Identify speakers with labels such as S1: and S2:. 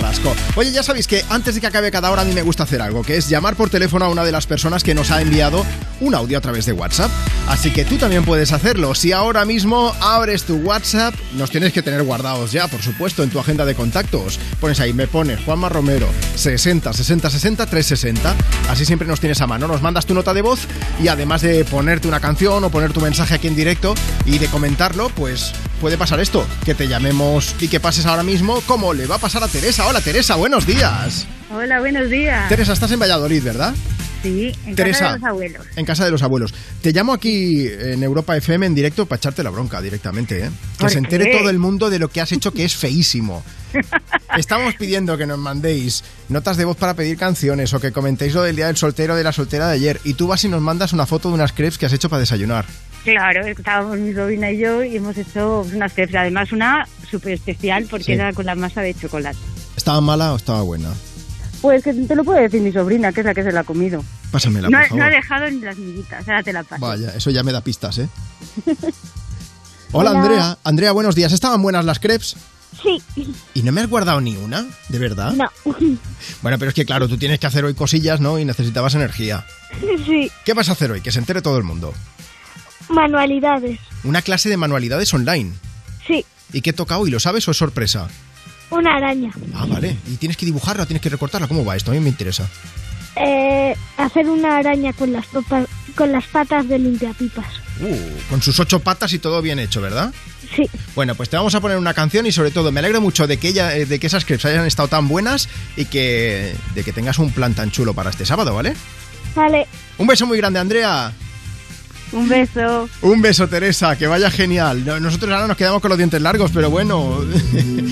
S1: Vasco. Oye, ya sabéis que antes de que acabe cada hora a mí me gusta hacer algo, que es llamar por teléfono a una de las personas que nos ha enviado un audio a través de WhatsApp. Así que tú también puedes hacerlo. Si ahora mismo abres tu WhatsApp, nos tienes que tener guardados ya, por supuesto, en tu agenda de contactos. Pones ahí, me pones Juanma Romero, 60 60 60 360. Así siempre nos tienes a mano. Nos mandas tu nota de voz y además de ponerte una canción o poner tu mensaje aquí en directo y de comentarlo, pues puede pasar esto, que te llamemos y que pases ahora mismo como le va a pasar a Teresa. Hola Teresa, buenos días.
S2: Hola, buenos días.
S1: Teresa, estás en Valladolid, ¿verdad?
S2: Sí, Ah. en
S1: Teresa.
S2: casa de los abuelos.
S1: En casa de los abuelos. Te llamo aquí en Europa FM en directo para echarte la bronca directamente, ¿eh? Que
S2: ¿Por
S1: se entere
S2: qué?
S1: todo el mundo de lo que has hecho que es feísimo. Estamos pidiendo que nos mandéis notas de voz para pedir canciones o que comentéis lo del día del soltero o de la soltera de ayer y tú vas y nos mandas una foto de unas crepes que has hecho para desayunar.
S2: Claro, estábamos mi sobrina y yo y hemos hecho pues, unas crepes. Además, una súper especial porque
S1: Sí.
S2: era con la masa de chocolate.
S1: ¿Estaba mala o estaba buena?
S2: Pues que te lo puede decir mi sobrina, que es la que se la ha comido.
S1: Pásamela,
S2: no,
S1: por
S2: ha-
S1: favor.
S2: no ha dejado ni las miguitas, ahora te la paso.
S1: Vaya, eso ya me da pistas, ¿eh? Hola,
S3: Hola.
S1: Andrea. Andrea, buenos días. ¿Estaban buenas las crepes?
S3: Sí,
S1: ¿Y no me has guardado ni una? ¿De verdad?
S3: no.
S1: Bueno, pero es que claro, tú tienes que hacer hoy cosillas, ¿no? Y necesitabas energía.
S3: Sí,
S1: ¿Qué vas a hacer hoy? Que se entere todo el mundo.
S3: manualidades.
S1: Una clase de manualidades online.
S3: Sí,
S1: ¿Y qué toca hoy? ¿Lo sabes o es sorpresa?
S3: una araña.
S1: Ah, vale. ¿Y tienes que dibujarla? ¿Tienes que recortarla? ¿Cómo va esto? A mí me interesa.
S3: Eh, hacer una araña con las, topa- con las patas de limpiapipas.
S1: Uh, con sus ocho patas y todo bien hecho, ¿verdad?
S3: Sí,
S1: Bueno, pues te vamos a poner una canción y sobre todo me alegro mucho de que, ella, eh, de que esas crepes hayan estado tan buenas y que, de que tengas un plan tan chulo para este sábado, ¿vale?
S3: vale.
S1: Un beso muy grande, Andrea.
S2: Un beso.
S1: Un beso, Teresa. Que vaya genial. No- Nosotros ahora nos quedamos con los dientes largos, pero bueno.